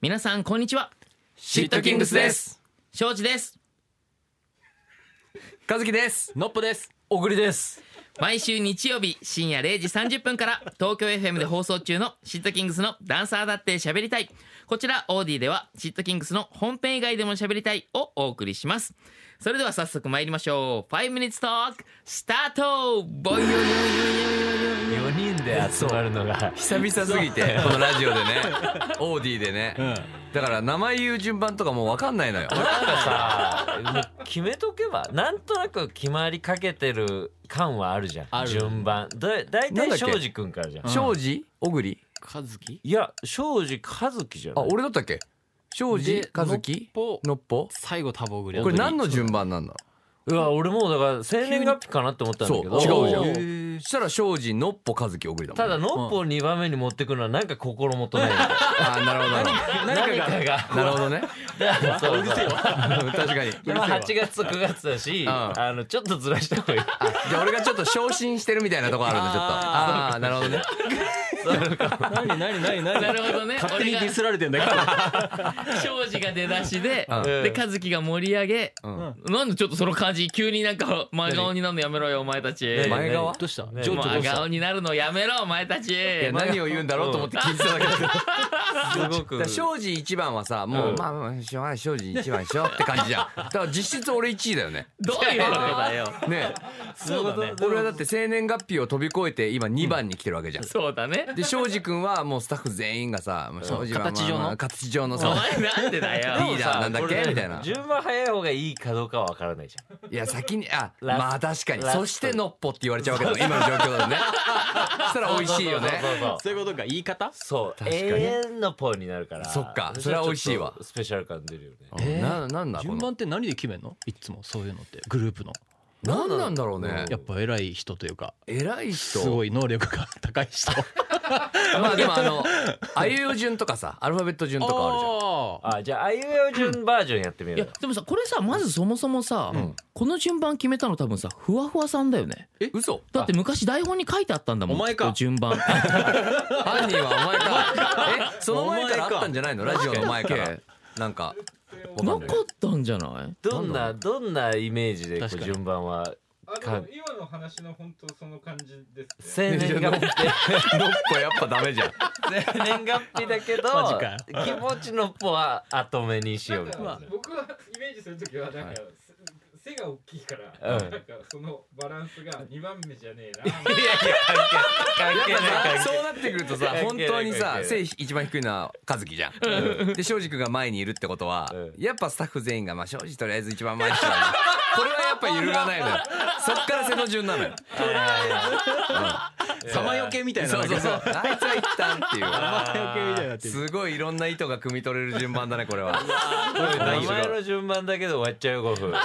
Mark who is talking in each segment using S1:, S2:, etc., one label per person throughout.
S1: 皆さんこんにちは
S2: シットキングスです
S1: 庄司です
S2: 和樹ですのっぽです小栗です
S1: 毎週日曜日深夜0時30分から東京 FM で放送中のシットキングスのダンサーだって喋りたいこちらオーディではシットキングスの本編以外でも喋りたいをお送りしますそれでは早速参りましょう5 minutes talk スタートボイヨヨヨ
S3: 4人で集まるのが
S2: 久々すぎてこのラジ オでねオーディでね、だから名前言う順番とかもう分かんないのよ
S3: なんかさもう決めとけばなんとなく決まりかけてる感はあるじゃん順番だ大
S2: なんだっ
S3: 体
S2: け
S3: 庄司君からじゃん
S2: 庄司小栗
S4: 和樹
S3: いや庄司和樹じゃ
S2: あ
S3: ない
S2: 俺だったっけ庄司
S4: で
S2: 和樹
S4: のっぽ
S2: のっぽ
S4: 最後多忙ぐらい
S2: これ何の順番なんだ
S3: うわ俺もうだから生年月日かなって思ったんだけど
S2: そう違うじゃん
S3: おー
S2: そしたら庄司のっぽ和樹小栗だもん
S3: ただのっぽを2番目に持ってくのはなんか心もとないみたい
S2: あーなる ほどなるほ
S3: な何かが
S2: どなるほ どね
S3: だ そうそう
S2: 確かに
S3: まあ8月と9月だし
S2: ん
S3: あのちょっとずらした方がいい
S2: あじゃあ俺がちょっと昇進してるみたいなとこあるんだちょっとああ
S4: あ
S2: ーなるほどね
S4: 何何何
S1: ヨ
S4: 何
S1: なるほどね
S4: 勝手
S1: 俺
S4: に
S1: が
S4: ディスられてんだけど
S1: 庄司が出 だしで、
S2: うん
S1: で和樹が盛り上げ、
S2: ん
S1: なんでちょっとその感じ急になんか前顔になるのやめろよお前たち
S3: 何
S2: 前側
S4: どうした
S3: ね
S4: 情緒
S1: も
S4: どう
S1: う
S4: し
S1: 顔
S4: た
S1: になるのやめろお前たち
S2: いや何を言うんだろうと思って聞いてただけだけど
S3: すご
S2: だ
S3: く
S2: から庄司一番はさもう、
S3: うん
S2: まあまあしょうがない庄司一番でしょって感じじ ゃんだから実質俺1位だよね
S1: どういうこと だよ
S2: ね
S3: そうだね
S2: 俺はだって生年月日を飛び越えて今2番に来てるわけじゃん、
S1: そうだね
S2: で庄司君はもうスタッフ全員がさもう庄司はまあ
S4: 形上の
S2: まあ形上の
S1: お
S2: さ
S1: 前なんでだ
S2: リ
S1: よ
S2: ーダーなんだっ
S3: こ
S2: け
S3: れね
S2: みたいな
S3: 順番早い方がいいかどうかは分からないじゃん
S2: いや先にあ
S3: ラス
S2: まあ確かに
S3: ラスト
S2: そしてのっぽって言われちゃうわけだもん今の状況だ とねそしたら美味しいよね
S3: そうそうそうそう
S4: そういうことか言い方
S3: そう
S2: かに
S3: 永遠のポーになるから
S2: そっか
S3: れ
S2: それは美味しいわ
S3: ちょっとスペシャル感出るよね
S2: うんななんだこ
S4: 順番
S2: の
S4: って何で決めんのいつもそういうのってグループの
S2: なんなんだろうね
S4: やっぱ偉い人というか
S2: 偉い
S4: す
S2: 人
S4: ごい能力が高い人
S2: まあでもあのあゆう順とかさアルファベット順とかあるじゃん
S3: あじゃああいうえお順バージョンやってみ
S1: い
S3: る
S1: やでもさこれさまずそもそもさ、この順番決めたの多分さふわふわさんだよね
S2: 嘘
S1: だって昔台本に書いてあったんだもん
S4: お前か
S1: こう順 番
S2: 犯人はお前か えその前からあったんじゃないのラジオの前からなんかわ
S1: なか
S2: かんない
S1: ったんじゃない
S3: どんなどんなイメージでこう
S4: 確かに
S3: 順番は
S5: あで
S3: か
S5: も今の話の本当その感じです
S3: 生年月日
S2: のっぽやっぱダメじゃん
S3: 生年月日だけ ど
S4: マジかよ
S3: 気持ちのっぽは後目にし
S5: ね。
S3: よ
S5: な
S3: うんみたいな
S5: か僕はイメージするときはなんか、せ背が大きいから、
S3: うん
S5: なんかそのバランスが二番目じゃねえな。
S3: いやいや関係ない関係
S2: そうなってくるとさ本当にさ背一番低いのは和樹じゃんで庄司君が前にいるってことは
S3: うん
S2: やっぱスタッフ全員がまあ庄司とりあえず一番前にしようこれはやっぱ揺るがないのよそっから背の順なのよ
S4: さまよけみたいな
S2: そうそうそうあいつは一旦っていう
S4: さまよけみたいになってる
S2: すごいいろんな意図が汲み取れる順番だねこれは
S3: ない名前の順番だけで終わっちゃうよ5分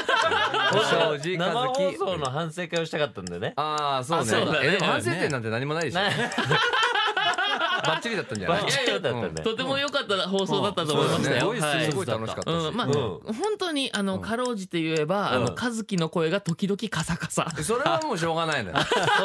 S2: 庄司
S3: 生
S2: 和
S3: 放
S2: 樹
S3: 送の反省会をしたかったんだよね
S2: ああそう
S1: あそうだね
S2: ねえでも反省点なんて何もないでしょ
S3: ない
S2: バッチリだったんじゃな
S3: バ
S2: い
S3: ッチリだったね
S1: とても良かった放送だったと思いました
S2: す
S1: よ、
S2: ごい
S1: はい
S2: すごい楽しかったし
S1: うん、まあ、
S3: うん
S1: 本当にあのかろうじて言えば、
S3: うん
S1: あの和樹の声が時々カサカサ。
S2: それはもうしょうがないのよ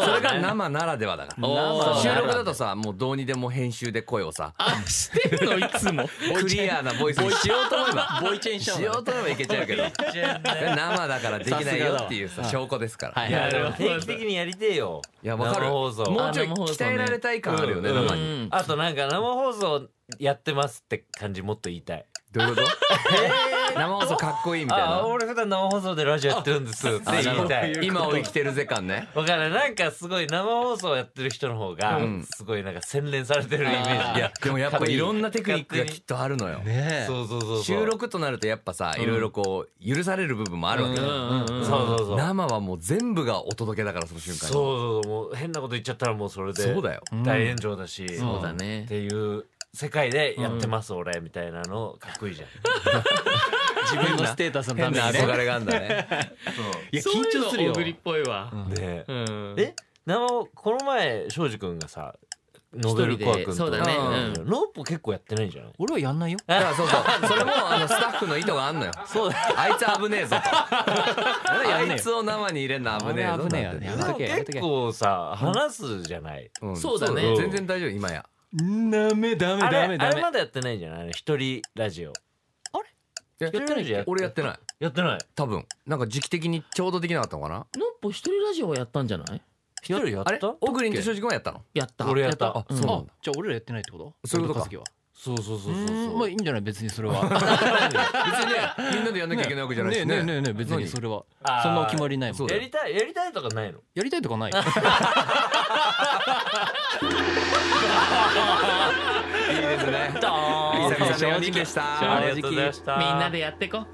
S2: それが生ならではだから
S1: おー
S2: 収録だとさもうどうにでも編集で声をさ
S1: あ、してるのいつも。
S2: クリアなボイスにしようと思えば
S4: ボイチェンしちゃう
S2: し
S4: のね
S2: ようと思えばいけちゃうけど 生だからできないよっていうさ証拠ですから、
S4: はい
S2: い、
S3: いやで
S1: な
S3: も
S1: るほど
S3: 定期的にやりてえよ
S2: やわかる
S3: 生
S2: も
S3: 放
S2: う
S3: 送
S2: ちょい
S1: あ生放送ね
S2: 鍛えられたい感あるよね、
S3: うん
S2: 生
S1: う
S2: に
S1: ん
S3: あとなんか生放送やってますって感じもっと言いたい
S2: どういうこと 生放送かっこいいみたい
S3: あ
S2: な
S3: 俺普段生放送でラジオやってるんですって言いたい
S2: 今を生きてるぜ感ね
S3: わからないなんかすごい生放送やってる人の方が
S2: うん
S3: すごいなんか洗練されてるイメー
S2: い
S3: ジ
S2: やでもやっぱいろんなテクニックがきっとあるのよ
S4: ねえ
S3: そうそうそうそう
S2: 収録となるとやっぱさいろいろこう許される部分もあるわけ
S1: う
S2: だよ
S1: んうんう
S3: そ
S1: ん
S3: うそうそう
S2: 生はもう全部がお届けだからその瞬間に
S3: そうそうそうもう変なこと言っちゃったらもうそれで
S2: そうだよ
S3: 大炎上だし、
S1: そうだね
S3: っていう世界でやってます、俺みたいなのかっこいいじゃん
S4: 自分のステータスのた
S2: 変
S4: め
S2: な
S4: にね
S2: 憧れがあんだね
S4: いや緊
S1: そういう
S4: 張
S1: の
S4: するよ
S1: 小栗っぽいわ。
S3: ね
S1: う
S3: え、
S1: ん
S3: え生をこの前庄司君がさノベルコア君と
S1: そうだ
S2: ね
S1: うん
S3: ロープ結構やってないんじゃない
S4: 俺はやんないよ
S2: だからそうそうそれもあのスタッフの意図があんのよそうあいつ危ねえぞとあいつを生に入れんの危ねえぞ
S4: あれ危ねえよね
S2: なんて
S4: やめとけやめとけ
S3: 結構さ話すじゃない、
S2: うん
S1: そうだね
S2: 全然大丈夫今や
S4: ダメダメ
S3: あれ
S4: ダメダ
S3: あれ
S4: メ
S3: まだやってないじゃないあの一人ラジオ
S2: や
S3: 一人ラジオ
S2: 俺やってない
S3: やってない
S2: 多分なんか時期的にちょうどできなかったのかな
S1: のっぽ一人ラジオやったんじゃない
S3: 一人やっ
S2: あれ
S3: た
S2: オグリンと庄司君はやったの
S1: やった
S3: 俺やった
S2: あ
S1: うん
S2: そうなんだ
S4: じゃあ俺らやってないってこと
S2: そういうことか
S4: 俺和樹は
S3: そうそうそうそううそう
S4: ーんまあいいんじゃない別にそれは
S2: 別にねみんなでやんなきゃいけないわけじゃないし
S4: ねえ
S2: ね
S4: ねえねえ別にそれは
S3: あー
S4: そんなお決まりないも
S2: そうんだ
S3: や
S2: よ
S3: りたいやりたいとかないの
S4: やりたいとかない
S2: いいですね
S3: ドーン
S2: 久々の4人でした
S3: ありがとうございました
S1: みんなでやってこ